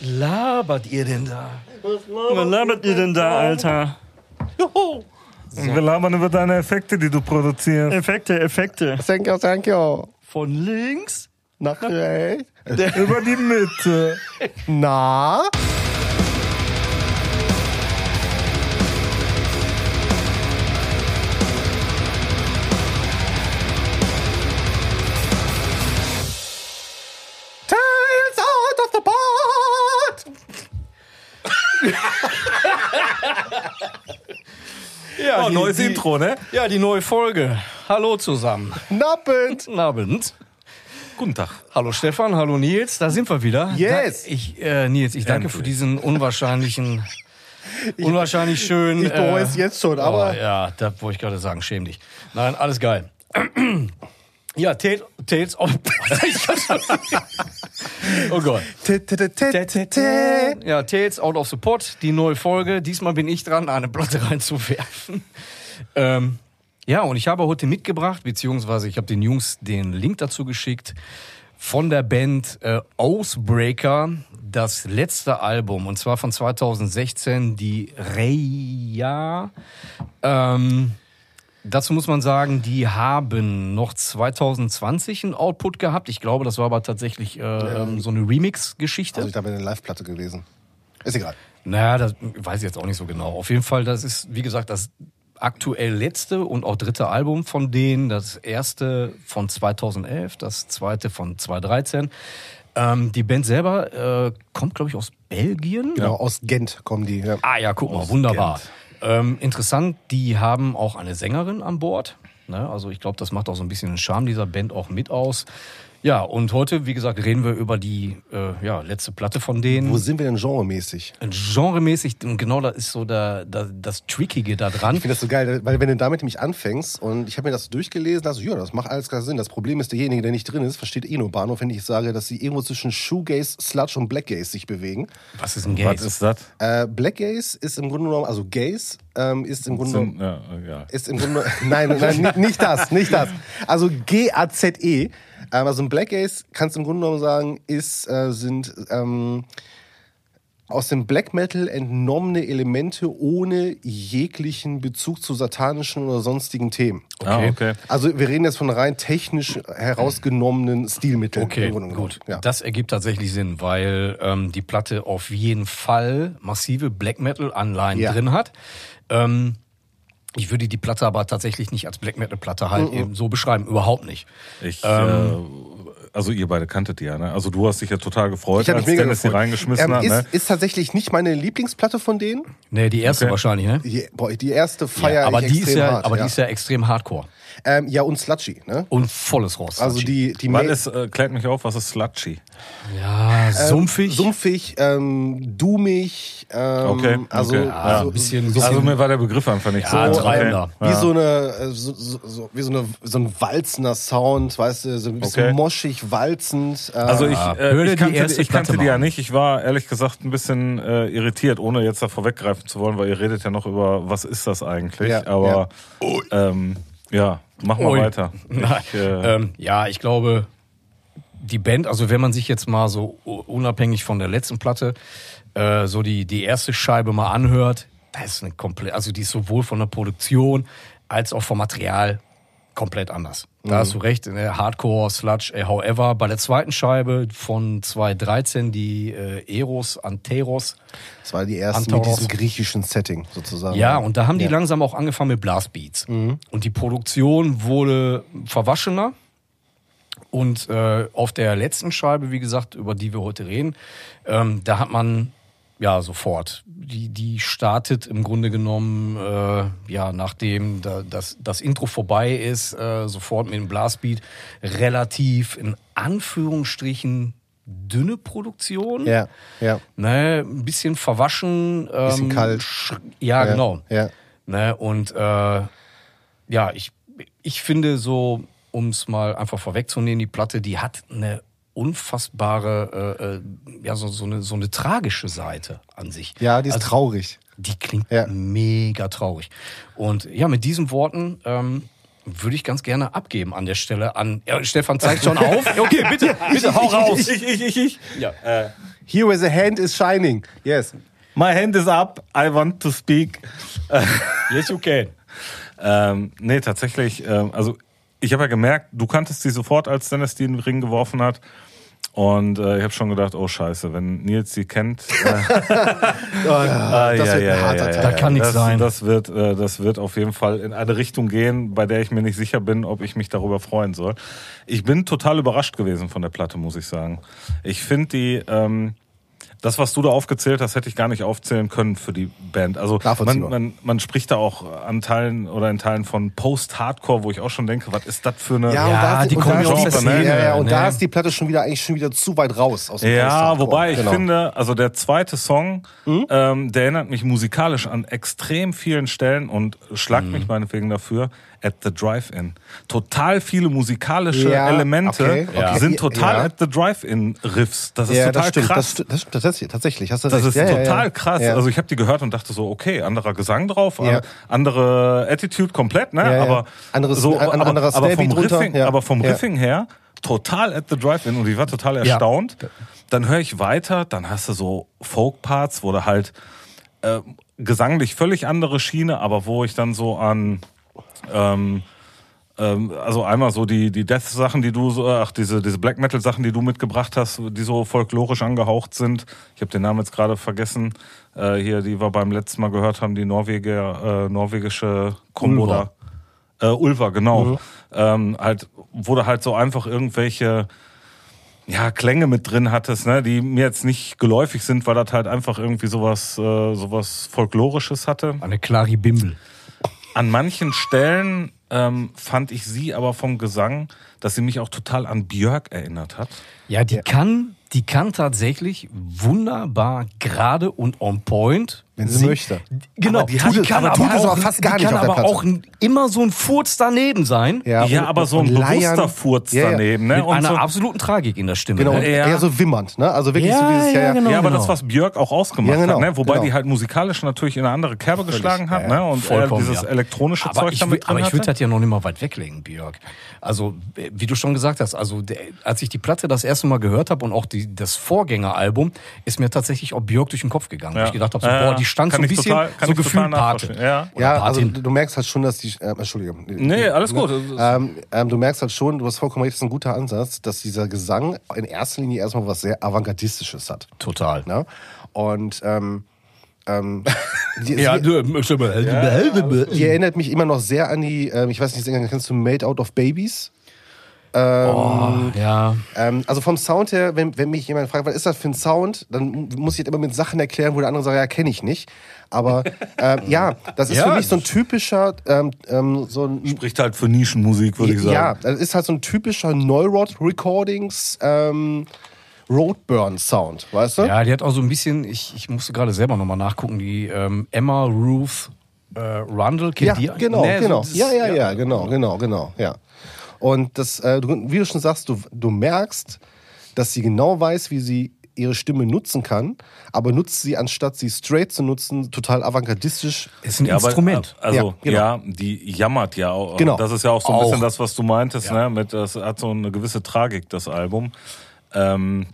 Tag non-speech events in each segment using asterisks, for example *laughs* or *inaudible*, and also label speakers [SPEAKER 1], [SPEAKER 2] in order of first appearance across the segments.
[SPEAKER 1] labert ihr denn da?
[SPEAKER 2] Was labert ihr denn da, Alter? Juhu.
[SPEAKER 3] Wir labern über deine Effekte, die du produzierst.
[SPEAKER 2] Effekte, Effekte.
[SPEAKER 4] Thank you, thank you.
[SPEAKER 2] Von links?
[SPEAKER 1] *laughs*
[SPEAKER 4] Nach rechts.
[SPEAKER 3] über die Mitte.
[SPEAKER 4] Na? Tails out of the pot!
[SPEAKER 1] Ja,
[SPEAKER 3] Oh,
[SPEAKER 1] die-
[SPEAKER 3] neues
[SPEAKER 1] die,
[SPEAKER 3] Intro, ne?
[SPEAKER 1] Ja, die neue Folge. Hallo zusammen.
[SPEAKER 4] Nappend!
[SPEAKER 1] Guten Abend.
[SPEAKER 3] Guten Tag.
[SPEAKER 1] Hallo Stefan, hallo Nils, da sind wir wieder.
[SPEAKER 4] Yes.
[SPEAKER 1] Da, ich, äh, Nils, ich danke
[SPEAKER 3] Endlich.
[SPEAKER 1] für diesen unwahrscheinlichen, unwahrscheinlich schönen.
[SPEAKER 4] Ich bereue es jetzt schon, aber-
[SPEAKER 1] Äh. Oh, ja, da wollte ich gerade sagen, schäm dich. Nein, alles geil. *clears throat* Ja, Tales, Tales of. *laughs* oh Gott. Ja, Tales Out of the Pot, die neue Folge. Diesmal bin ich dran, eine Platte *laughs* reinzuwerfen. Ähm, ja, und ich habe heute mitgebracht, beziehungsweise ich habe den Jungs den Link dazu geschickt, von der Band äh, Oathbreaker, das letzte Album, und zwar von 2016, die Reya. Ähm, Dazu muss man sagen, die haben noch 2020 einen Output gehabt. Ich glaube, das war aber tatsächlich äh, ähm, so eine Remix-Geschichte.
[SPEAKER 4] Also ich glaube, eine Live-Platte gewesen. Ist egal.
[SPEAKER 1] Naja, das weiß ich jetzt auch nicht so genau. Auf jeden Fall, das ist, wie gesagt, das aktuell letzte und auch dritte Album von denen. Das erste von 2011, das zweite von 2013. Ähm, die Band selber äh, kommt, glaube ich, aus Belgien.
[SPEAKER 4] Genau, aus Gent kommen die. Ja.
[SPEAKER 1] Ah ja, guck mal, wunderbar. Ähm, interessant, die haben auch eine Sängerin an Bord. Ne? Also ich glaube, das macht auch so ein bisschen den Charme dieser Band auch mit aus. Ja, und heute, wie gesagt, reden wir über die äh, ja, letzte Platte von denen.
[SPEAKER 4] Wo sind wir denn genremäßig?
[SPEAKER 1] genremäßig, und genau das ist so da, da, das Trickige da dran.
[SPEAKER 4] Ich finde das so geil, weil wenn du damit nämlich anfängst und ich habe mir das durchgelesen, dachte ich, ja, das macht alles gar Sinn. Das Problem ist, derjenige, der nicht drin ist, versteht eh nur Bahnhof, wenn ich sage, dass sie irgendwo zwischen Shoegaze, Sludge und Blackgaze sich bewegen.
[SPEAKER 1] Was ist ein Gay?
[SPEAKER 3] Was ist das?
[SPEAKER 4] Äh, Blackgaze ist im Grunde genommen, also Gaze ähm, ist im Grunde genommen...
[SPEAKER 3] Zum, ja, egal.
[SPEAKER 4] Ist im Grunde *laughs* nein, nein, nicht, nicht das, nicht das. Also G-A-Z-E. Ähm, also ein Black Ace, kannst du im Grunde genommen sagen, ist, äh, sind ähm, aus dem Black Metal entnommene Elemente ohne jeglichen Bezug zu satanischen oder sonstigen Themen.
[SPEAKER 3] Ah, okay.
[SPEAKER 4] Also wir reden jetzt von rein technisch herausgenommenen Stilmitteln.
[SPEAKER 1] Okay,
[SPEAKER 4] im Grunde genommen.
[SPEAKER 1] gut.
[SPEAKER 4] Ja.
[SPEAKER 1] Das ergibt tatsächlich Sinn, weil ähm, die Platte auf jeden Fall massive Black Metal-Anleihen
[SPEAKER 4] Ja.
[SPEAKER 1] drin hat. Ähm, ich würde die Platte aber tatsächlich nicht als Black Metal-Platte halt eben so beschreiben. Überhaupt nicht.
[SPEAKER 3] Ich,
[SPEAKER 1] Ähm.
[SPEAKER 3] äh, also ihr beide kanntet die ja, ne? Also du hast dich ja total gefreut,
[SPEAKER 4] Ich habe
[SPEAKER 3] als
[SPEAKER 4] mich mega
[SPEAKER 3] Dennis die
[SPEAKER 4] gefreut.
[SPEAKER 3] reingeschmissen
[SPEAKER 4] ähm,
[SPEAKER 3] hat,
[SPEAKER 4] ist,
[SPEAKER 3] ne?
[SPEAKER 4] ist tatsächlich nicht meine Lieblingsplatte von denen.
[SPEAKER 1] Nee, die erste
[SPEAKER 3] Okay.
[SPEAKER 1] wahrscheinlich, ne?
[SPEAKER 4] Die, boah, die erste feiere
[SPEAKER 1] aber
[SPEAKER 4] ich
[SPEAKER 1] die ist
[SPEAKER 4] extrem
[SPEAKER 1] ja,
[SPEAKER 4] hart.
[SPEAKER 1] aber
[SPEAKER 4] ja.
[SPEAKER 1] die ist ja extrem hardcore.
[SPEAKER 4] ähm, ja, und Sludgy, ne?
[SPEAKER 1] Und volles Rost.
[SPEAKER 4] Also die, die
[SPEAKER 3] Weil
[SPEAKER 4] Ma-
[SPEAKER 3] es äh, klärt mich auf, was ist Slutchy?
[SPEAKER 1] ja, sumpfig.
[SPEAKER 4] Ähm, äh, sumpfig, ähm, dummig, ähm,
[SPEAKER 3] Okay, okay,
[SPEAKER 4] also,
[SPEAKER 3] ja.
[SPEAKER 4] also
[SPEAKER 1] ein bisschen-
[SPEAKER 4] so,
[SPEAKER 3] Also mir war der Begriff einfach nicht
[SPEAKER 1] Ja,
[SPEAKER 3] so.
[SPEAKER 1] treibender.
[SPEAKER 4] wie so eine äh, so, so, so, wie so eine so ein walzender Sound, weißt du, so ein bisschen
[SPEAKER 3] Okay.
[SPEAKER 4] moschig, walzend. Äh,
[SPEAKER 3] Also ich,
[SPEAKER 1] Ah, Hör
[SPEAKER 3] äh,
[SPEAKER 1] dir die
[SPEAKER 3] ich kannte,
[SPEAKER 1] erste
[SPEAKER 3] die, ich kannte
[SPEAKER 1] Platte
[SPEAKER 3] die
[SPEAKER 1] mal
[SPEAKER 3] ja
[SPEAKER 1] an.
[SPEAKER 3] nicht. Ich war ehrlich gesagt ein bisschen äh, irritiert, ohne jetzt da vorweggreifen zu wollen, weil ihr redet ja noch über, was ist das eigentlich?
[SPEAKER 4] Ja,
[SPEAKER 3] Aber ja, ähm, ja mach mal
[SPEAKER 1] Ui. *laughs*
[SPEAKER 3] weiter.
[SPEAKER 1] Nein,
[SPEAKER 3] Ich, äh,
[SPEAKER 1] ähm, ja, ich glaube, die Band, also wenn man sich jetzt mal so u- unabhängig von der letzten Platte, äh, so die, die erste Scheibe mal anhört, da ist eine komplett, also die ist sowohl von der Produktion als auch vom Material komplett anders.
[SPEAKER 3] Mhm.
[SPEAKER 1] Da hast du recht, ne, Hardcore, Sludge, äh, however. Bei der zweiten Scheibe von 2013, die äh, Eros Anteros,
[SPEAKER 4] das war die erste mit
[SPEAKER 1] Antaros.
[SPEAKER 4] diesem griechischen Setting sozusagen.
[SPEAKER 1] ja, und da haben die
[SPEAKER 4] Ja.
[SPEAKER 1] langsam auch angefangen mit Blastbeats. Und die Produktion wurde verwaschener. Und äh, auf der letzten Scheibe, wie gesagt, über die wir heute reden, ähm, da hat man ja sofort. Die, die startet im Grunde genommen, äh, ja, nachdem da, das, das Intro vorbei ist, äh, sofort mit dem Blastbeat. Relativ in Anführungsstrichen dünne Produktion.
[SPEAKER 4] ja, ja,
[SPEAKER 1] Ne, ein bisschen verwaschen. Ähm,
[SPEAKER 4] Bisschen kalt.
[SPEAKER 1] sch- Ja,
[SPEAKER 4] Ja,
[SPEAKER 1] genau.
[SPEAKER 4] ja.
[SPEAKER 1] Ne, und äh, ja, ich, ich finde so, um es mal einfach vorwegzunehmen, die Platte, die hat eine unfassbare, äh, äh, ja, so, so, eine, so eine tragische Seite an sich.
[SPEAKER 4] ja, die ist
[SPEAKER 1] Also,
[SPEAKER 4] traurig.
[SPEAKER 1] die klingt
[SPEAKER 4] Ja.
[SPEAKER 1] mega traurig. Und ja, mit diesen Worten ähm, würde ich ganz gerne abgeben an der
[SPEAKER 4] *laughs*
[SPEAKER 1] Stelle an. Ja, Stefan zeigt schon auf. Okay, bitte, bitte hau raus.
[SPEAKER 3] Ich, ich, ich, ich.
[SPEAKER 1] Ja.
[SPEAKER 3] Äh,
[SPEAKER 4] Here is a hand is shining.
[SPEAKER 3] Ah,
[SPEAKER 4] Yes.
[SPEAKER 3] My hand is up, I want to speak.
[SPEAKER 1] Yes, you can.
[SPEAKER 3] Ähm, nee, tatsächlich, ähm, also ich habe ja gemerkt, du kanntest sie sofort, als Dennis die in den Ring geworfen hat. Und äh, ich habe schon gedacht, oh scheiße, wenn Nils sie kennt, äh, Ah,
[SPEAKER 4] Äh, das
[SPEAKER 3] ja,
[SPEAKER 4] wird ein
[SPEAKER 3] ja,
[SPEAKER 4] harter
[SPEAKER 3] ja,
[SPEAKER 4] Tag.
[SPEAKER 3] ja,
[SPEAKER 1] Da
[SPEAKER 3] ja.
[SPEAKER 1] kann nichts
[SPEAKER 3] das,
[SPEAKER 1] sein.
[SPEAKER 3] Das wird, äh, das wird auf jeden Fall in eine Richtung gehen, bei der ich mir nicht sicher bin, ob ich mich darüber freuen soll. Ich bin total überrascht gewesen von der Platte, muss ich sagen. Ich finde die, ähm, das, was du da aufgezählt hast, hätte ich gar nicht aufzählen können für die Band. Also man,
[SPEAKER 4] Nachvollziehbar.
[SPEAKER 3] man, man spricht da auch an Teilen oder in Teilen von Post-Hardcore, wo ich auch schon denke, was ist das für eine...
[SPEAKER 1] Ja, die kommen ja
[SPEAKER 4] ist
[SPEAKER 1] aus
[SPEAKER 4] die
[SPEAKER 1] der
[SPEAKER 4] Platte-
[SPEAKER 1] Szene,
[SPEAKER 4] ja, ja, und da
[SPEAKER 1] ne?
[SPEAKER 4] ist die Platte schon wieder eigentlich schon wieder zu weit raus aus dem
[SPEAKER 3] Ja,
[SPEAKER 4] Post-Hardcore.
[SPEAKER 3] wobei ich
[SPEAKER 4] Genau. Hm?
[SPEAKER 3] finde, also der zweite Song, ähm, der erinnert mich musikalisch an extrem vielen Stellen und schlagt
[SPEAKER 4] Hm.
[SPEAKER 3] mich meinetwegen dafür at the Drive-In. Total viele musikalische
[SPEAKER 4] Ja,
[SPEAKER 3] Elemente
[SPEAKER 4] okay, okay.
[SPEAKER 3] sind total
[SPEAKER 4] Ja.
[SPEAKER 3] at the Drive-In Riffs. Das ist
[SPEAKER 4] ja,
[SPEAKER 3] total
[SPEAKER 4] das stimmt,
[SPEAKER 3] krass.
[SPEAKER 4] Das, das, das, das, tatsächlich, hast du
[SPEAKER 3] Das
[SPEAKER 4] recht.
[SPEAKER 3] ist
[SPEAKER 4] ja, ja,
[SPEAKER 3] total
[SPEAKER 4] ja.
[SPEAKER 3] krass.
[SPEAKER 4] Ja.
[SPEAKER 3] Also ich habe die gehört und dachte so, okay, anderer Gesang drauf,
[SPEAKER 4] Ja.
[SPEAKER 3] andere Attitude komplett, ne?
[SPEAKER 4] Ja, ja.
[SPEAKER 3] Aber
[SPEAKER 4] Anderes-
[SPEAKER 3] so,
[SPEAKER 4] ein- ein
[SPEAKER 3] aber,
[SPEAKER 4] anderer
[SPEAKER 3] aber vom
[SPEAKER 4] Snare-Beat drunter,
[SPEAKER 3] Riffing,
[SPEAKER 4] ja.
[SPEAKER 3] aber vom
[SPEAKER 4] Ja.
[SPEAKER 3] Riffing her total at the Drive-In und ich war total erstaunt. Dann höre ich weiter, dann hast du so Folk-Parts, wo du halt äh, gesanglich völlig andere Schiene, aber wo ich dann so an ähm, ähm, also einmal so die, die Death-Sachen, die du so, äh, ach, diese, diese Black Metal-Sachen, die du mitgebracht hast, die so folklorisch angehaucht sind. Ich habe den Namen jetzt gerade vergessen. Äh, hier, die wir beim letzten Mal gehört haben, die Norweger, äh, norwegische Combo
[SPEAKER 1] Ulva.
[SPEAKER 3] da. Äh, Ulva, genau. Ähm, halt, wo du halt so einfach irgendwelche ja, Klänge mit drin hattest, ne, die mir jetzt nicht geläufig sind, weil das halt einfach irgendwie sowas, äh, sowas Folklorisches hatte.
[SPEAKER 1] Eine klare Bimbel.
[SPEAKER 3] An manchen Stellen ähm, fand ich sie aber vom Gesang, dass sie mich auch total an Björk erinnert hat.
[SPEAKER 1] Ja, die kann, die kann tatsächlich wunderbar gerade und on point.
[SPEAKER 4] Wenn sie möchte.
[SPEAKER 1] Genau,
[SPEAKER 4] Aber die hat es- aber tut es aber fast gar
[SPEAKER 1] die
[SPEAKER 4] nicht
[SPEAKER 1] kann
[SPEAKER 4] auf der
[SPEAKER 1] aber
[SPEAKER 4] Platte.
[SPEAKER 1] auch n- immer so ein Furz daneben sein.
[SPEAKER 3] Ja,
[SPEAKER 4] und-
[SPEAKER 3] aber so
[SPEAKER 4] und
[SPEAKER 3] ein
[SPEAKER 4] Leiern.
[SPEAKER 3] bewusster Furz
[SPEAKER 4] Ja, ja.
[SPEAKER 3] daneben. Ne?
[SPEAKER 1] Mit
[SPEAKER 3] Und
[SPEAKER 1] einer
[SPEAKER 3] so,
[SPEAKER 1] absoluten Tragik in der Stimme.
[SPEAKER 4] Genau, und
[SPEAKER 1] ne?
[SPEAKER 3] Ja.
[SPEAKER 4] eher so wimmernd, ne? Also wirklich so
[SPEAKER 1] Ja,
[SPEAKER 4] dieses, ja,
[SPEAKER 1] ja,
[SPEAKER 4] ja.
[SPEAKER 1] genau.
[SPEAKER 3] ja, aber das, was Björk auch ausgemacht
[SPEAKER 4] Ja, genau,
[SPEAKER 3] hat, ne? wobei
[SPEAKER 4] genau.
[SPEAKER 3] die halt musikalisch natürlich in eine andere Kerbe geschlagen hat
[SPEAKER 4] ja,
[SPEAKER 3] ne? und eher
[SPEAKER 1] Vollkommen,
[SPEAKER 3] dieses
[SPEAKER 1] ja.
[SPEAKER 3] elektronische
[SPEAKER 1] aber
[SPEAKER 3] Zeug
[SPEAKER 1] ich, wü-
[SPEAKER 3] damit drin
[SPEAKER 1] aber ich würde
[SPEAKER 3] hatte.
[SPEAKER 1] das ja noch nicht mal weit weglegen, Björk. Also, äh, wie du schon gesagt hast, also der, als ich die Platte das erste Mal gehört habe und auch die, das Vorgängeralbum, ist mir tatsächlich auch Björk durch den Kopf gegangen.
[SPEAKER 3] Ja.
[SPEAKER 1] Ich gedacht habe, so,
[SPEAKER 3] Ja, ja.
[SPEAKER 1] boah, die stand so
[SPEAKER 3] Kann
[SPEAKER 1] ein
[SPEAKER 3] ich
[SPEAKER 1] bisschen
[SPEAKER 3] total- kann
[SPEAKER 1] so
[SPEAKER 3] ich total
[SPEAKER 1] gefühlt Pate.
[SPEAKER 3] nachvollziehen. Ja.
[SPEAKER 1] Oder
[SPEAKER 4] Ja, also
[SPEAKER 1] Patin.
[SPEAKER 4] du merkst halt schon, dass die. Äh, Entschuldigung.
[SPEAKER 1] halt-
[SPEAKER 3] Nee, alles gut.
[SPEAKER 4] Ähm, ähm, du merkst halt schon, du hast vollkommen recht, das ist ein guter Ansatz, dass dieser Gesang in erster Linie erstmal was sehr Avantgardistisches hat.
[SPEAKER 1] Total.
[SPEAKER 4] Ne? Und ähm,
[SPEAKER 3] *laughs*
[SPEAKER 4] ähm, die,
[SPEAKER 1] Ja,
[SPEAKER 4] sie,
[SPEAKER 1] du, äh, schon mal, äh, äh, äh,
[SPEAKER 4] die erinnert mich immer noch sehr an die, ähm, ich weiß nicht, Sänger, kennst du Made Out of Babies?
[SPEAKER 1] oh, ja.
[SPEAKER 4] Ähm, also vom Sound her, wenn, wenn mich jemand fragt, was ist das für ein Sound, dann mu- muss ich jetzt immer mit Sachen erklären, wo der andere sagt, ja, kenne ich nicht. Aber ähm,
[SPEAKER 3] *laughs*
[SPEAKER 4] ja, das ist
[SPEAKER 1] Ja,
[SPEAKER 4] für mich so ein typischer, ähm, ähm, so ein
[SPEAKER 3] Spricht halt für Nischenmusik, würde ich sagen.
[SPEAKER 4] Ja, das ist halt so ein typischer Neurod Recordings ähm, Roadburn Sound, weißt du?
[SPEAKER 1] Ja, die hat auch so ein bisschen, ich, ich musste gerade selber nochmal nachgucken, die ähm, Emma Ruth äh, Rundle,
[SPEAKER 4] Ja,
[SPEAKER 1] kennt ihr?
[SPEAKER 4] genau,
[SPEAKER 3] Ne,
[SPEAKER 1] Nee, so
[SPEAKER 4] genau.
[SPEAKER 1] dieses-
[SPEAKER 4] ja, ja, ja, genau, genau, genau, ja. Und das, äh, du, wie du schon sagst, du, du merkst, dass sie genau weiß, wie sie ihre Stimme nutzen kann, aber nutzt sie, anstatt sie straight zu nutzen, total avantgardistisch.
[SPEAKER 1] Ist ein
[SPEAKER 3] Ja, aber,
[SPEAKER 1] Instrument.
[SPEAKER 3] äh, Also,
[SPEAKER 4] Ja, genau.
[SPEAKER 3] ja, die jammert ja auch.
[SPEAKER 4] Genau.
[SPEAKER 3] Das ist ja auch so ein bisschen
[SPEAKER 1] Auch.
[SPEAKER 3] das, was du meintest, ne? Mit, das hat so eine gewisse Tragik, das Album. Ähm,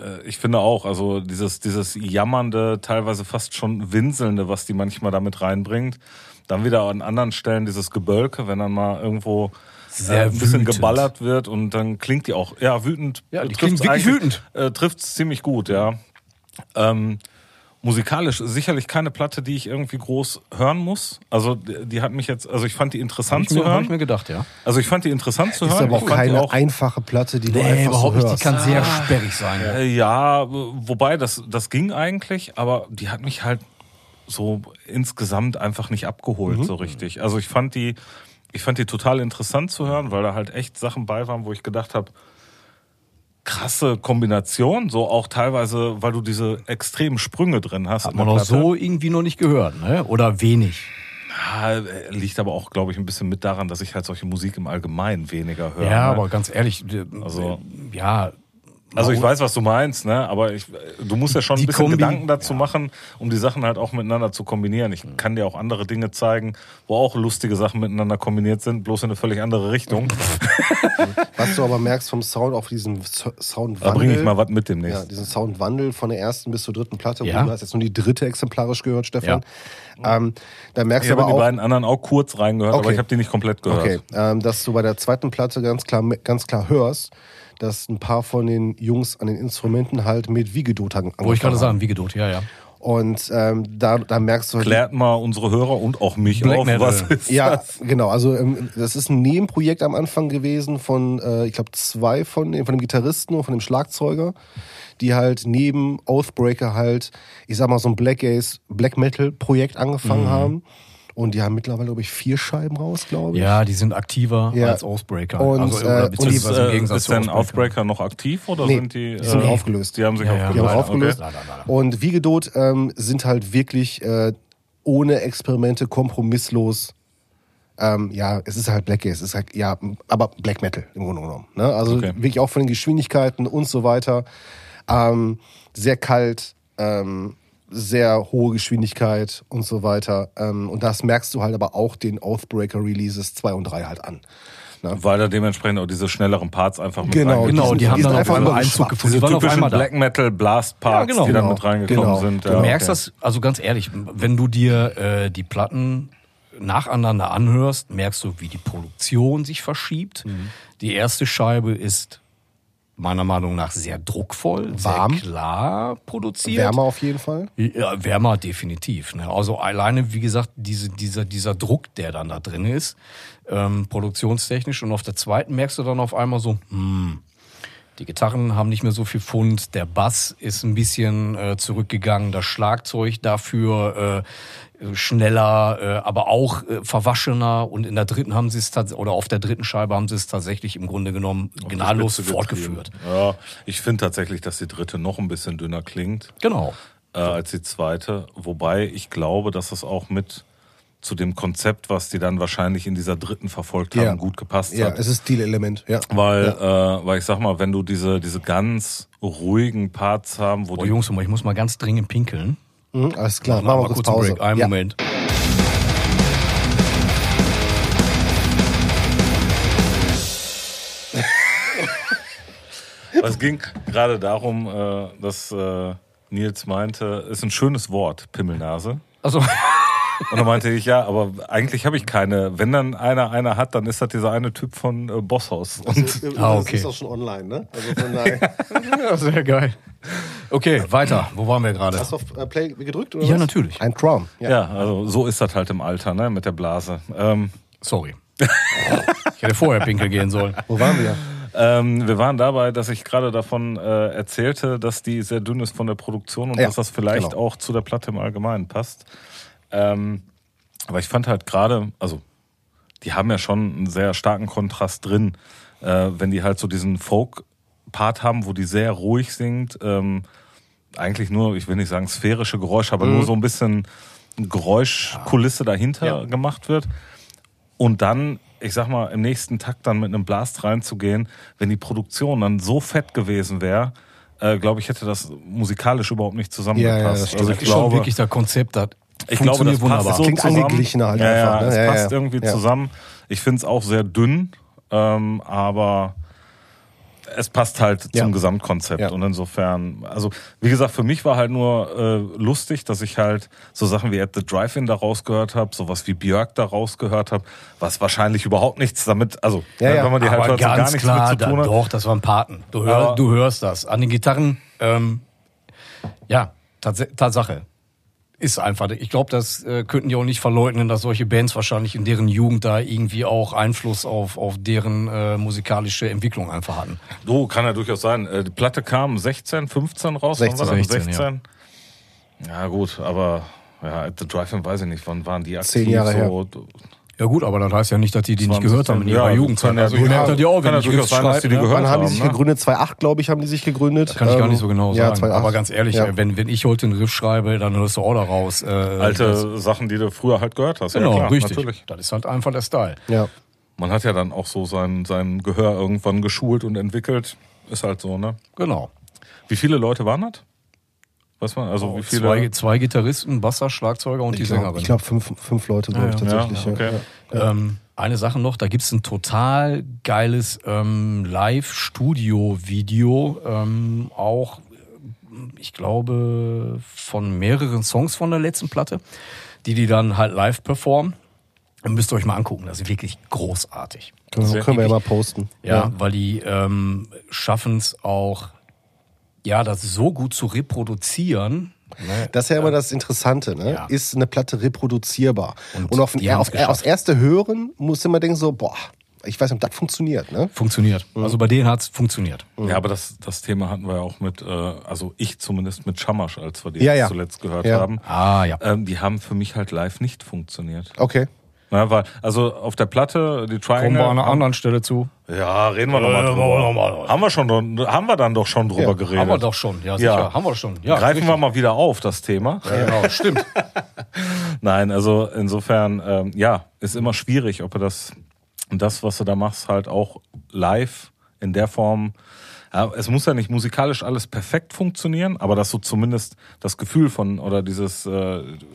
[SPEAKER 3] äh, ich finde auch, also dieses, dieses jammernde, teilweise fast schon winselnde, was die manchmal damit reinbringt. Dann wieder an anderen Stellen dieses Gebölke, wenn dann mal irgendwo äh,
[SPEAKER 1] Sehr
[SPEAKER 3] ein bisschen
[SPEAKER 1] wütend.
[SPEAKER 3] geballert wird und dann klingt die auch, ja, wütend.
[SPEAKER 1] Ja, die
[SPEAKER 3] äh,
[SPEAKER 1] klingt
[SPEAKER 3] trifft's
[SPEAKER 1] wirklich
[SPEAKER 3] eigentlich-
[SPEAKER 1] wütend.
[SPEAKER 3] Äh, Trifft es ziemlich gut, ja. Ähm, musikalisch sicherlich keine Platte, die ich irgendwie groß hören muss. Also die, die hat mich jetzt, also ich fand die interessant
[SPEAKER 1] Hab ich mir,
[SPEAKER 3] zu
[SPEAKER 1] hab ich
[SPEAKER 3] hören.
[SPEAKER 1] mir gedacht, ja.
[SPEAKER 3] Also ich fand die interessant zu
[SPEAKER 4] Ist
[SPEAKER 3] hören.
[SPEAKER 4] aber
[SPEAKER 3] ich
[SPEAKER 4] auch
[SPEAKER 3] fand die
[SPEAKER 4] keine
[SPEAKER 3] auch-
[SPEAKER 4] einfache Platte, die du einfach so
[SPEAKER 1] nicht.
[SPEAKER 4] hörst.
[SPEAKER 1] Die kann sehr sperrig sein.
[SPEAKER 3] Äh, Ja, wobei das, das ging eigentlich, aber die hat mich halt so insgesamt einfach nicht abgeholt
[SPEAKER 1] Mhm.
[SPEAKER 3] so richtig. Also ich fand die, ich fand die total interessant zu hören, weil da halt echt Sachen bei waren, wo ich gedacht habe, krasse Kombination, so auch teilweise, weil du diese extremen Sprünge drin hast.
[SPEAKER 1] Hat
[SPEAKER 3] in
[SPEAKER 1] man
[SPEAKER 3] der
[SPEAKER 1] auch
[SPEAKER 3] Platte.
[SPEAKER 1] so irgendwie noch nicht gehört, ne? Oder wenig.
[SPEAKER 3] Ja, äh, liegt aber auch, glaube ich, ein bisschen mit daran, dass ich halt solche Musik im Allgemeinen weniger höre.
[SPEAKER 1] Ja,
[SPEAKER 3] ne?
[SPEAKER 1] aber ganz ehrlich, also,
[SPEAKER 3] Also-
[SPEAKER 1] ja,
[SPEAKER 3] Also ich weiß, was du meinst, ne? aber ich, du musst ja schon ein
[SPEAKER 1] Die
[SPEAKER 3] bisschen
[SPEAKER 1] Kombi-
[SPEAKER 3] Gedanken dazu machen, um die Sachen halt auch miteinander zu kombinieren.
[SPEAKER 4] Mhm.
[SPEAKER 3] Ich kann dir auch andere Dinge zeigen, wo auch lustige Sachen miteinander kombiniert sind, bloß in eine völlig andere
[SPEAKER 4] *laughs*
[SPEAKER 3] Richtung.
[SPEAKER 4] Was du aber merkst vom Sound, auf diesen So- Soundwandel.
[SPEAKER 3] Da bringe ich mal was mit demnächst.
[SPEAKER 4] Ja, diesen Soundwandel von der ersten bis zur dritten Platte.
[SPEAKER 1] Ja.
[SPEAKER 4] Du hast jetzt nur die dritte exemplarisch gehört, Stefan. Ähm, da
[SPEAKER 3] Ich
[SPEAKER 4] merkst du
[SPEAKER 3] habe
[SPEAKER 4] aber
[SPEAKER 3] die
[SPEAKER 4] auch,
[SPEAKER 3] beiden anderen auch kurz reingehört, aber
[SPEAKER 4] Okay.
[SPEAKER 3] ich habe die nicht komplett gehört.
[SPEAKER 4] okay, ähm, dass du bei der zweiten Platte ganz klar, ganz klar hörst, dass ein paar von den Jungs an den Instrumenten halt mit Wiegedot haben.
[SPEAKER 1] Wollte ich gerade
[SPEAKER 4] angefangen
[SPEAKER 1] sagen, wie geduld, ja, ja.
[SPEAKER 4] haben. Und ähm, da, da merkst du halt,
[SPEAKER 3] Klärt mal unsere Hörer und auch mich
[SPEAKER 1] Black
[SPEAKER 3] auf,
[SPEAKER 1] Metal.
[SPEAKER 3] was ist
[SPEAKER 4] Ja,
[SPEAKER 3] das?
[SPEAKER 4] genau. Also ähm, das ist ein Nebenprojekt am Anfang gewesen von, äh, ich glaube, zwei von dem, von dem Gitarristen und von dem Schlagzeuger, die halt neben Oathbreaker halt, ich sag mal, so ein Black Ace, Black Metal-Projekt
[SPEAKER 1] Mhm.
[SPEAKER 4] angefangen haben. Und die haben mittlerweile, glaube ich, vier Scheiben raus, glaube ich.
[SPEAKER 1] Ja, die sind aktiver
[SPEAKER 4] Ja.
[SPEAKER 1] als Ausbreaker.
[SPEAKER 4] Und,
[SPEAKER 1] also,
[SPEAKER 4] äh,
[SPEAKER 1] oder
[SPEAKER 4] und die-
[SPEAKER 3] Ist,
[SPEAKER 1] beziehungsweise im
[SPEAKER 3] äh,
[SPEAKER 1] Gegensatz
[SPEAKER 3] ist
[SPEAKER 1] zu
[SPEAKER 3] denn Outbreaker noch aktiv oder
[SPEAKER 4] Nee,
[SPEAKER 3] sind die, äh,
[SPEAKER 4] die sind aufgelöst.
[SPEAKER 3] Die haben sich
[SPEAKER 1] Ja, ja.
[SPEAKER 4] Die haben
[SPEAKER 3] aufgelöst.
[SPEAKER 1] Leider,
[SPEAKER 4] aufgelöst.
[SPEAKER 1] okay. Leider, leider.
[SPEAKER 4] Und Wiegedot ähm, sind halt wirklich äh, ohne Experimente kompromisslos. Ähm, ja, es ist halt Black Gaze, es ist halt, ja, aber Black Metal im Grunde genommen. Ne? Also
[SPEAKER 3] Okay.
[SPEAKER 4] wirklich auch von den Geschwindigkeiten und so weiter. Ähm, sehr kalt, ähm, sehr hohe Geschwindigkeit und so weiter. Ähm, und das merkst du halt aber auch den Oathbreaker Releases 2 und 3 halt an. Ne?
[SPEAKER 3] Weil da dementsprechend auch diese schnelleren Parts einfach mit
[SPEAKER 4] Genau,
[SPEAKER 3] reingekommen
[SPEAKER 1] Genau,
[SPEAKER 4] Die sind-
[SPEAKER 1] die haben
[SPEAKER 4] die
[SPEAKER 1] dann
[SPEAKER 4] sind
[SPEAKER 1] auf
[SPEAKER 4] einfach
[SPEAKER 1] einmal
[SPEAKER 4] übergeschwappt.
[SPEAKER 1] Einzug gefunden.
[SPEAKER 3] Diese
[SPEAKER 1] Die waren auf
[SPEAKER 3] typischen
[SPEAKER 1] einmal da.
[SPEAKER 3] Black Metal Blast Parts,
[SPEAKER 1] Ja, genau.
[SPEAKER 3] die dann
[SPEAKER 4] Genau,
[SPEAKER 3] mit reingekommen
[SPEAKER 4] genau.
[SPEAKER 3] sind.
[SPEAKER 1] Du merkst
[SPEAKER 3] okay.
[SPEAKER 1] das, also ganz ehrlich, wenn du dir äh, die Platten nacheinander anhörst, merkst du, wie die Produktion sich verschiebt. Die erste Scheibe ist meiner Meinung nach sehr druckvoll,
[SPEAKER 4] Warm.
[SPEAKER 1] sehr klar produziert.
[SPEAKER 4] Wärmer auf jeden Fall.
[SPEAKER 1] Ja, wärmer definitiv. Ne? Also alleine, wie gesagt, diese, dieser, dieser Druck, der dann da drin ist, ähm, produktionstechnisch. Und auf der zweiten merkst du dann auf einmal so, hm, die Gitarren haben nicht mehr so viel Pfund, der Bass ist ein bisschen äh, zurückgegangen, das Schlagzeug dafür äh, schneller, äh, aber auch äh, verwaschener. Und in der dritten haben sie es tats- oder auf der dritten Scheibe haben sie es tatsächlich im Grunde genommen
[SPEAKER 3] Auf die
[SPEAKER 1] gnadenlos
[SPEAKER 3] Spitze getrieben.
[SPEAKER 1] fortgeführt.
[SPEAKER 3] Ja, ich finde tatsächlich, dass die dritte noch ein bisschen dünner klingt
[SPEAKER 1] Genau.
[SPEAKER 3] äh, als die zweite. Wobei ich glaube, dass es auch mit zu dem Konzept, was die dann wahrscheinlich in dieser dritten verfolgt haben,
[SPEAKER 4] Ja.
[SPEAKER 3] gut gepasst
[SPEAKER 4] Ja,
[SPEAKER 3] hat.
[SPEAKER 4] es ist Deal-Element. Ja.
[SPEAKER 3] Weil, äh, weil ich sag mal, wenn du diese, diese ganz ruhigen Parts haben, wo
[SPEAKER 1] Boah,
[SPEAKER 3] die
[SPEAKER 1] Jungs, ich muss mal ganz dringend pinkeln.
[SPEAKER 4] Mhm, alles klar, machen wir
[SPEAKER 1] Mal
[SPEAKER 4] kurz
[SPEAKER 1] einen
[SPEAKER 4] Pause.
[SPEAKER 1] Break. Einen
[SPEAKER 4] Ja.
[SPEAKER 1] Moment.
[SPEAKER 3] Aber *laughs* Es ging gerade darum, äh, dass äh, Nils meinte, ist ein schönes Wort, Pimmelnase.
[SPEAKER 1] Also
[SPEAKER 3] Und dann meinte ich, ja, aber eigentlich habe ich keine. Wenn dann einer eine hat, dann ist das dieser eine Typ von äh, Bosshaus. Und
[SPEAKER 1] Ah, okay.
[SPEAKER 4] Das ist auch schon online, ne? Also von daher.
[SPEAKER 1] *laughs* Ja, sehr geil. Okay, weiter. Wo waren wir gerade?
[SPEAKER 4] Hast du auf äh, Play gedrückt oder
[SPEAKER 1] Ja,
[SPEAKER 4] was?
[SPEAKER 1] natürlich.
[SPEAKER 4] Ein Crown.
[SPEAKER 3] ja. also so ist das halt im Alter, ne, mit der Blase. Ähm,
[SPEAKER 1] Sorry. Ich hätte vorher pinkel gehen sollen.
[SPEAKER 4] Wo waren wir?
[SPEAKER 3] ähm, wir waren dabei, dass ich gerade davon äh, erzählte, dass die sehr dünn ist von der Produktion und
[SPEAKER 4] Ja,
[SPEAKER 3] dass das vielleicht
[SPEAKER 4] genau.
[SPEAKER 3] auch zu der Platte im Allgemeinen passt. Ähm, aber ich fand halt gerade, also die haben ja schon einen sehr starken Kontrast drin, äh, wenn die halt so diesen Folk-Part haben, wo die sehr ruhig singt. Ähm, eigentlich nur, ich will nicht sagen sphärische Geräusche, aber
[SPEAKER 4] Mhm.
[SPEAKER 3] nur so ein bisschen Geräuschkulisse dahinter gemacht wird. Und dann, ich sag mal, im nächsten Takt dann mit einem Blast reinzugehen, wenn die Produktion dann so fett gewesen wäre, äh, glaube ich, hätte das musikalisch überhaupt nicht
[SPEAKER 4] Ja, ja,
[SPEAKER 3] zusammengepasst.
[SPEAKER 4] das stimmt.
[SPEAKER 3] also ich
[SPEAKER 1] Das ist schon
[SPEAKER 3] glaube,
[SPEAKER 1] wirklich das Konzept. Das
[SPEAKER 3] ich glaube, das
[SPEAKER 1] funktioniert
[SPEAKER 3] passt
[SPEAKER 1] wunderbar.
[SPEAKER 3] so
[SPEAKER 4] Klingt
[SPEAKER 3] zusammen.
[SPEAKER 4] angeglichen halt
[SPEAKER 3] ja,
[SPEAKER 4] einfach,
[SPEAKER 3] Ja,
[SPEAKER 4] ne?
[SPEAKER 3] es
[SPEAKER 4] Ja,
[SPEAKER 3] passt
[SPEAKER 4] ja.
[SPEAKER 3] irgendwie
[SPEAKER 4] Ja.
[SPEAKER 3] zusammen. Ich finde es auch sehr dünn, ähm, aber es passt halt
[SPEAKER 4] Ja.
[SPEAKER 3] zum Gesamtkonzept.
[SPEAKER 4] Ja.
[SPEAKER 3] Und insofern, also wie gesagt, für mich war halt nur äh, lustig, dass ich halt so Sachen wie At the Drive-In da rausgehört habe, sowas wie Björk da rausgehört habe, was wahrscheinlich überhaupt nichts damit, also
[SPEAKER 4] Ja,
[SPEAKER 3] ne,
[SPEAKER 4] ja.
[SPEAKER 3] wenn man die halt
[SPEAKER 1] Aber
[SPEAKER 3] hört, so gar
[SPEAKER 1] ganz
[SPEAKER 3] nichts
[SPEAKER 1] klar,
[SPEAKER 3] mit zu
[SPEAKER 1] da,
[SPEAKER 3] tun hat.
[SPEAKER 1] doch, das waren Paten. Du, hör,
[SPEAKER 3] Aber-
[SPEAKER 1] du hörst das. An den Gitarren, ähm, ja, tats Tatsache. Ist einfach. Ich glaube, das äh, könnten die auch nicht verleugnen, dass solche Bands wahrscheinlich in deren Jugend da irgendwie auch Einfluss auf, auf deren äh, musikalische Entwicklung einfach hatten.
[SPEAKER 3] Du, kann ja durchaus sein. Äh, Die Platte kam 16, 15 raus.
[SPEAKER 4] 16,
[SPEAKER 3] wann war das?
[SPEAKER 1] 16, ja.
[SPEAKER 3] Ja. gut, aber ja, The Drive-In weiß ich nicht, wann waren die aktiv?
[SPEAKER 4] Zehn Jahre
[SPEAKER 3] so
[SPEAKER 1] Ja gut, aber das heißt ja nicht, dass die die nicht
[SPEAKER 3] 20,
[SPEAKER 1] gehört haben in ihrer
[SPEAKER 3] ja,
[SPEAKER 1] Jugendzeit.
[SPEAKER 3] kann ja
[SPEAKER 1] Also ich
[SPEAKER 3] durchaus-
[SPEAKER 1] merke das ja auch,
[SPEAKER 3] kann
[SPEAKER 1] wenn
[SPEAKER 3] ja
[SPEAKER 1] ich
[SPEAKER 3] durchaus
[SPEAKER 1] Riffs
[SPEAKER 3] sein, dass die
[SPEAKER 1] schreibe.
[SPEAKER 3] die
[SPEAKER 1] ne?
[SPEAKER 3] gehört
[SPEAKER 4] Wann haben die
[SPEAKER 3] haben,
[SPEAKER 4] sich
[SPEAKER 3] ne?
[SPEAKER 4] gegründet? 2008, glaube ich, haben die sich gegründet.
[SPEAKER 1] Kann ich gar
[SPEAKER 4] Ähm,
[SPEAKER 1] nicht so genau
[SPEAKER 4] ja,
[SPEAKER 1] sagen.
[SPEAKER 4] 2008.
[SPEAKER 1] Aber ganz ehrlich,
[SPEAKER 4] Ja.
[SPEAKER 1] äh, wenn, wenn ich heute einen Riff schreibe, dann hörst du auch da raus. Äh, das-
[SPEAKER 3] Alte Sachen, die du früher halt gehört hast.
[SPEAKER 1] genau,
[SPEAKER 3] ja, klar,
[SPEAKER 1] richtig.
[SPEAKER 3] Natürlich.
[SPEAKER 1] Das ist halt einfach der Style.
[SPEAKER 4] Ja.
[SPEAKER 3] Man hat ja dann auch so sein, sein Gehör irgendwann geschult und entwickelt. Ist halt so, ne?
[SPEAKER 1] Genau.
[SPEAKER 3] Wie viele Leute waren das? Weiß man,
[SPEAKER 4] Oh,
[SPEAKER 3] also wie viele?
[SPEAKER 1] Zwei, zwei Gitarristen, Basser, Schlagzeuger und die
[SPEAKER 4] Ich glaube,
[SPEAKER 1] Sängerin.
[SPEAKER 4] glaub fünf, fünf Leute, glaube ich,
[SPEAKER 3] ja,
[SPEAKER 4] tatsächlich. Ja,
[SPEAKER 3] okay.
[SPEAKER 1] Ähm, eine Sache noch, da gibt es ein total geiles ähm, Live-Studio-Video, ähm, auch, ähm, ich glaube, von mehreren Songs von der letzten Platte, die die dann halt live performen. Müsst ihr euch mal angucken, das ist wirklich großartig.
[SPEAKER 4] Können,
[SPEAKER 3] Sehr
[SPEAKER 4] können wir ja mal posten.
[SPEAKER 1] Ja, weil die ähm, schaffen es auch, ja, das so gut zu reproduzieren. Ne?
[SPEAKER 4] Das ist ja immer das Interessante, ne?
[SPEAKER 1] Ja.
[SPEAKER 4] Ist eine Platte reproduzierbar?
[SPEAKER 1] Und
[SPEAKER 4] Und, auf,
[SPEAKER 1] die haben's
[SPEAKER 4] auf,
[SPEAKER 1] geschafft.
[SPEAKER 4] aufs erste Hören muss immer denken so, boah, ich weiß nicht, ob das funktioniert, ne?
[SPEAKER 1] Funktioniert. Also bei denen hat's funktioniert.
[SPEAKER 3] Ja, aber das, das Thema hatten wir ja auch mit, äh, also ich zumindest mit Schamasch, als wir die
[SPEAKER 4] Ja, ja.
[SPEAKER 3] zuletzt gehört
[SPEAKER 4] Ja.
[SPEAKER 3] haben.
[SPEAKER 1] Ah, ja.
[SPEAKER 3] Ähm, die haben für mich halt live nicht funktioniert.
[SPEAKER 4] Okay.
[SPEAKER 3] Na, weil, also auf der Platte, die
[SPEAKER 1] Kommen
[SPEAKER 3] Triangle.
[SPEAKER 1] wir an einer anderen Stelle zu.
[SPEAKER 3] Ja, reden wir nochmal
[SPEAKER 1] Ja,
[SPEAKER 3] drüber.
[SPEAKER 1] Äh, wollen wir noch mal.
[SPEAKER 3] Haben wir schon, dr- haben wir dann doch schon drüber
[SPEAKER 4] Ja,
[SPEAKER 3] geredet.
[SPEAKER 1] Haben wir doch schon, ja, sicher. Haben wir schon. Ja,
[SPEAKER 3] Greifen wir
[SPEAKER 1] richtig.
[SPEAKER 3] mal wieder auf, das Thema.
[SPEAKER 1] Genau, stimmt.
[SPEAKER 3] Nein, also insofern, ähm, ja, ist immer schwierig, ob du das, das, was du da machst, halt auch live in der Form. Ja, es muss ja nicht musikalisch alles perfekt funktionieren, aber dass du zumindest das Gefühl von oder dieses äh,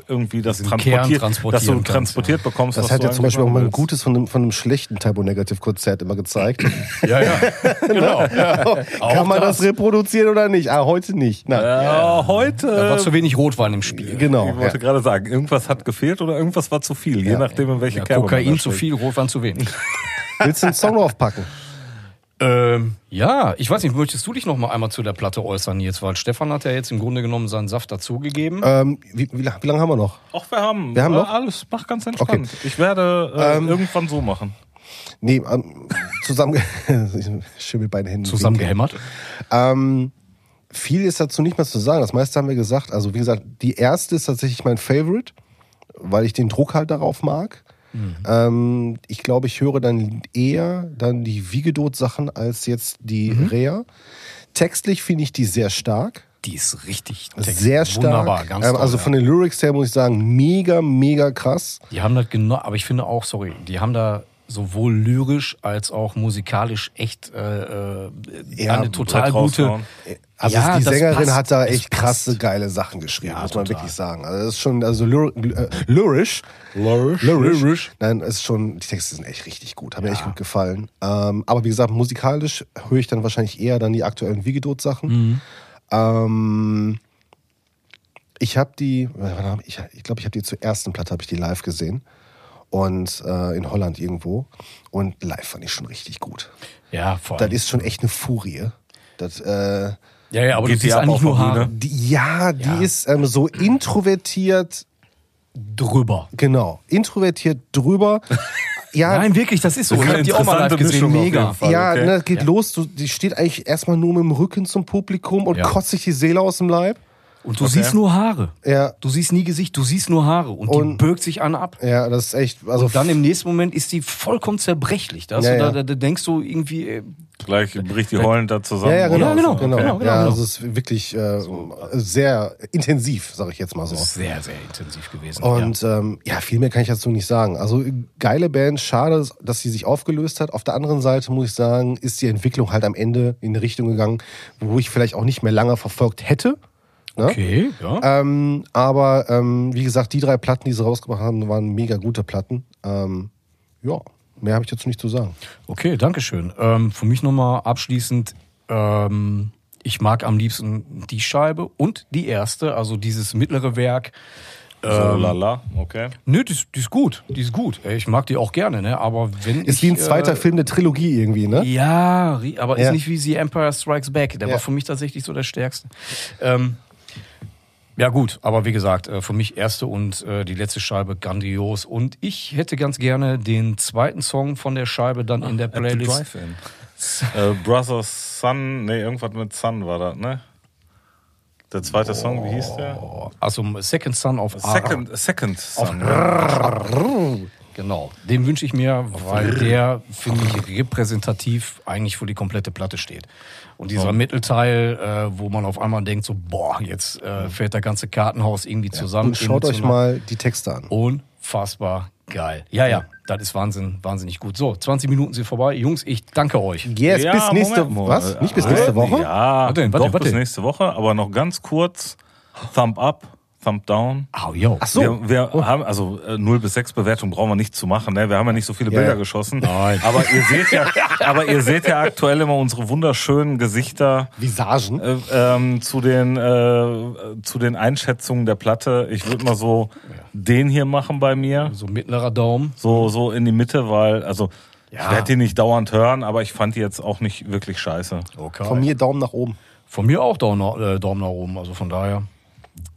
[SPEAKER 3] irgendwie das
[SPEAKER 1] Diesen Kern
[SPEAKER 3] transportiert, dass
[SPEAKER 1] transportieren
[SPEAKER 3] du
[SPEAKER 1] kannst,
[SPEAKER 3] transportiert bekommst.
[SPEAKER 4] Das
[SPEAKER 3] was
[SPEAKER 4] hat
[SPEAKER 3] du
[SPEAKER 4] ja zum
[SPEAKER 3] eigentlich
[SPEAKER 4] Beispiel auch mal ein
[SPEAKER 3] willst.
[SPEAKER 4] Gutes von einem, von einem schlechten Turbo-Negative-Konzert immer gezeigt. *laughs*
[SPEAKER 1] Ja, ja.
[SPEAKER 3] *laughs*
[SPEAKER 1] Genau. Ja. Auch
[SPEAKER 4] Kann man das, reproduzieren oder nicht? Ah, heute nicht. Nein.
[SPEAKER 3] Ja, heute.
[SPEAKER 1] Da war zu wenig Rotwein im Spiel.
[SPEAKER 4] Genau.
[SPEAKER 3] ich wollte
[SPEAKER 4] Ja.
[SPEAKER 3] gerade sagen, irgendwas hat gefehlt oder irgendwas war zu viel, je nachdem in welche
[SPEAKER 1] Ja,
[SPEAKER 3] Kerbe man da
[SPEAKER 1] Kokain zu
[SPEAKER 3] schlägt.
[SPEAKER 1] viel, Rotwein zu
[SPEAKER 3] *laughs*
[SPEAKER 1] wenig.
[SPEAKER 4] Willst du einen Song draufpacken?
[SPEAKER 1] ähm, ja, ich weiß nicht, möchtest du dich noch mal einmal zu der Platte äußern jetzt? Weil Stefan hat ja jetzt im Grunde genommen seinen Saft dazugegeben.
[SPEAKER 4] Ähm, wie, wie, lang- wie lange haben wir noch?
[SPEAKER 3] Ach, wir haben,
[SPEAKER 4] Wir haben
[SPEAKER 3] äh,
[SPEAKER 4] noch? Ähm,
[SPEAKER 3] alles. Mach ganz entspannt. Ich werde äh, irgendwann so machen.
[SPEAKER 4] Nee, ähm, *laughs* zusammen. Schön mit beiden Händen.
[SPEAKER 1] Zusammengehämmert.
[SPEAKER 4] Ähm, viel ist dazu nicht mehr zu sagen. Das meiste haben wir gesagt. Also, wie gesagt, die erste ist tatsächlich mein Favorite, weil ich den Druck halt darauf mag.
[SPEAKER 1] Mhm.
[SPEAKER 4] Ähm, ich glaube, ich höre dann eher dann die Wiegedot-Sachen als jetzt die
[SPEAKER 1] Mhm.
[SPEAKER 4] Rea. Textlich finde ich die sehr stark.
[SPEAKER 1] Die ist richtig
[SPEAKER 4] Sehr stark.
[SPEAKER 1] Wunderbar, ganz
[SPEAKER 4] ähm,
[SPEAKER 1] toll,
[SPEAKER 4] also
[SPEAKER 1] ja.
[SPEAKER 4] von den Lyrics her muss ich sagen, mega, mega krass.
[SPEAKER 1] Die haben das genau, aber ich finde auch, sorry, die haben da sowohl lyrisch als auch musikalisch echt äh, äh,
[SPEAKER 4] Ja,
[SPEAKER 1] eine total
[SPEAKER 3] Brett
[SPEAKER 1] gute.
[SPEAKER 3] raushauen.
[SPEAKER 4] Also
[SPEAKER 1] Ja,
[SPEAKER 4] die
[SPEAKER 1] das
[SPEAKER 4] Sängerin
[SPEAKER 1] passt,
[SPEAKER 4] hat da
[SPEAKER 1] das
[SPEAKER 4] echt
[SPEAKER 1] passt.
[SPEAKER 4] krasse, geile Sachen geschrieben,
[SPEAKER 1] Ja,
[SPEAKER 4] muss man
[SPEAKER 1] total.
[SPEAKER 4] wirklich sagen. Also das ist schon, also lyri- äh, lyrisch. Lyrisch.
[SPEAKER 1] Lyrisch.
[SPEAKER 4] Nein, es ist schon, die Texte sind echt richtig gut, haben mir echt gut gefallen. Ähm, aber wie gesagt, musikalisch höre ich dann wahrscheinlich eher dann die aktuellen Wiegedot-Sachen.
[SPEAKER 1] Mhm.
[SPEAKER 4] Ähm, ich habe die, wann hab ich glaube, ich, glaub, ich habe die zur ersten Platte habe ich die live gesehen und äh, in Holland irgendwo und live fand ich schon richtig gut.
[SPEAKER 1] Ja, vor
[SPEAKER 4] Das
[SPEAKER 1] allem.
[SPEAKER 4] ist schon echt eine Furie. Das, äh,
[SPEAKER 1] Ja, ja, aber
[SPEAKER 3] Geht
[SPEAKER 1] du siehst
[SPEAKER 3] die ab
[SPEAKER 1] eigentlich
[SPEAKER 3] auf
[SPEAKER 1] nur
[SPEAKER 3] der
[SPEAKER 1] Haare
[SPEAKER 3] Bühne?
[SPEAKER 4] die, ja, die
[SPEAKER 1] Ja.
[SPEAKER 4] ist ähm, so introvertiert,
[SPEAKER 1] drüber.
[SPEAKER 4] genau, introvertiert
[SPEAKER 1] *laughs*
[SPEAKER 4] drüber. Ja,
[SPEAKER 1] Nein, wirklich, das ist so.
[SPEAKER 3] Das
[SPEAKER 1] Ich
[SPEAKER 3] ist
[SPEAKER 1] habe
[SPEAKER 3] eine
[SPEAKER 1] die auch mal live
[SPEAKER 3] interessante
[SPEAKER 1] gesehen.
[SPEAKER 3] Mischung auf
[SPEAKER 1] Mega.
[SPEAKER 3] jeden Fall,
[SPEAKER 4] ja,
[SPEAKER 3] okay.
[SPEAKER 4] ne, geht los. Du, die steht eigentlich erstmal nur mit dem Rücken zum Publikum und
[SPEAKER 1] Ja.
[SPEAKER 4] kotzt sich die Seele aus dem Leib.
[SPEAKER 1] Und du siehst nur Haare.
[SPEAKER 4] Ja.
[SPEAKER 1] Du siehst nie Gesicht, du siehst nur Haare. Und, die
[SPEAKER 4] Und-
[SPEAKER 1] birgt sich an ab.
[SPEAKER 4] Ja, das ist echt, also
[SPEAKER 1] Und dann im nächsten Moment ist die vollkommen zerbrechlich. Da, hast
[SPEAKER 4] Ja,
[SPEAKER 1] du, da,
[SPEAKER 4] ja.
[SPEAKER 1] da, da denkst du irgendwie, äh,
[SPEAKER 3] Gleich bricht die heulend da zusammen.
[SPEAKER 4] äh, Ja, ja, genau.
[SPEAKER 1] Ja, genau, genau, genau,
[SPEAKER 4] ja,
[SPEAKER 1] genau.
[SPEAKER 4] also es ist wirklich äh, sehr intensiv, sage ich jetzt mal so.
[SPEAKER 1] das ist sehr, sehr intensiv gewesen.
[SPEAKER 4] Und ja. Ähm, ja, viel mehr kann ich dazu nicht sagen. Also geile Band, schade, dass sie sich aufgelöst hat. Auf der anderen Seite muss ich sagen, ist die Entwicklung halt am Ende in eine Richtung gegangen, wo ich vielleicht auch nicht mehr lange verfolgt hätte. Ne?
[SPEAKER 1] ja. Okay, ja.
[SPEAKER 4] Ähm, aber ähm, wie gesagt, die drei Platten, die sie rausgebracht haben, waren mega gute Platten. Ähm, ja, mehr habe ich dazu nicht zu sagen.
[SPEAKER 1] Okay, danke schön. Ähm, für mich nochmal abschließend, ähm, ich mag am liebsten die Scheibe und die erste, also dieses mittlere Werk.
[SPEAKER 3] So, Äh, lala, okay.
[SPEAKER 1] Nö, die, ist- die ist gut, die ist gut. Äh, Ich mag die auch gerne, ne? Aber wenn
[SPEAKER 4] Ist
[SPEAKER 1] ich,
[SPEAKER 4] wie ein zweiter Film der Trilogie irgendwie, ne?
[SPEAKER 1] Äh, ja, ri- aber ist
[SPEAKER 4] Ja.
[SPEAKER 1] nicht wie sie Empire Strikes Back. Der
[SPEAKER 4] Ja.
[SPEAKER 1] war für mich tatsächlich so der stärkste. Ähm, ja gut, aber wie gesagt, äh, für mich erste und äh, die letzte Scheibe grandios. Und ich hätte ganz gerne den zweiten Song von der Scheibe dann in der
[SPEAKER 4] Ah,
[SPEAKER 3] At the
[SPEAKER 1] Playlist.
[SPEAKER 3] Drive-In. äh, Brothers Sun, nee, irgendwas mit Sun war das, ne? Der zweite Song, wie hieß der?
[SPEAKER 1] Also Second Son of
[SPEAKER 4] Ah,
[SPEAKER 1] Ara.
[SPEAKER 3] Second, Second Sun. ja.
[SPEAKER 1] Genau. Den wünsche ich mir, weil der, finde ich, repräsentativ eigentlich für die komplette Platte steht. Und dieser Mittelteil, äh, wo man auf einmal denkt, so, boah, jetzt äh, fällt der ganze Kartenhaus irgendwie zusammen.
[SPEAKER 4] Und schaut euch
[SPEAKER 1] emotional.
[SPEAKER 4] mal die Texte an.
[SPEAKER 1] Unfassbar Geil. Ja, ja, das ist Wahnsinn, wahnsinnig gut. So, 20 Minuten sind vorbei. Jungs, ich danke euch.
[SPEAKER 4] Yes,
[SPEAKER 3] Ja,
[SPEAKER 4] bis nächste
[SPEAKER 3] Moment mal.
[SPEAKER 4] Was? Nicht bis nächste Woche?
[SPEAKER 3] Äh, Ja,
[SPEAKER 1] Warte, warte,
[SPEAKER 3] doch
[SPEAKER 1] warte.
[SPEAKER 3] bis nächste Woche, aber noch ganz kurz. Thumb up, thumb down.
[SPEAKER 1] Au, yo.
[SPEAKER 4] Ach so. Oh.
[SPEAKER 3] Wir, wir haben, also äh, 0 bis 6 Bewertung brauchen wir nicht zu machen, ne? Wir haben ja nicht so viele
[SPEAKER 4] Ja,
[SPEAKER 3] Bilder
[SPEAKER 4] ja.
[SPEAKER 3] geschossen.
[SPEAKER 1] Nein.
[SPEAKER 3] Aber ihr seht ja, aber ihr seht ja aktuell immer unsere wunderschönen Gesichter
[SPEAKER 4] Visagen.
[SPEAKER 3] äh, ähm, zu, den, äh, zu den Einschätzungen der Platte. Ich würde mal so den hier machen bei mir.
[SPEAKER 1] So mittlerer Daumen.
[SPEAKER 3] So, so in die Mitte, weil, also
[SPEAKER 1] Ja.
[SPEAKER 3] ich werde die nicht dauernd hören, aber ich fand die jetzt auch nicht wirklich scheiße.
[SPEAKER 1] Okay.
[SPEAKER 4] Von mir Daumen nach oben.
[SPEAKER 1] Von mir auch Daumen nach, äh, Daumen nach oben, also von daher.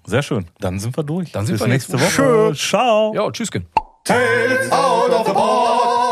[SPEAKER 3] Sehr schön. Dann sind wir durch.
[SPEAKER 1] Dann sind
[SPEAKER 3] Bis
[SPEAKER 1] wir jetzt
[SPEAKER 3] nächste Woche. Ciao.
[SPEAKER 1] Ja, tschüsschen.
[SPEAKER 5] Tales out of the board.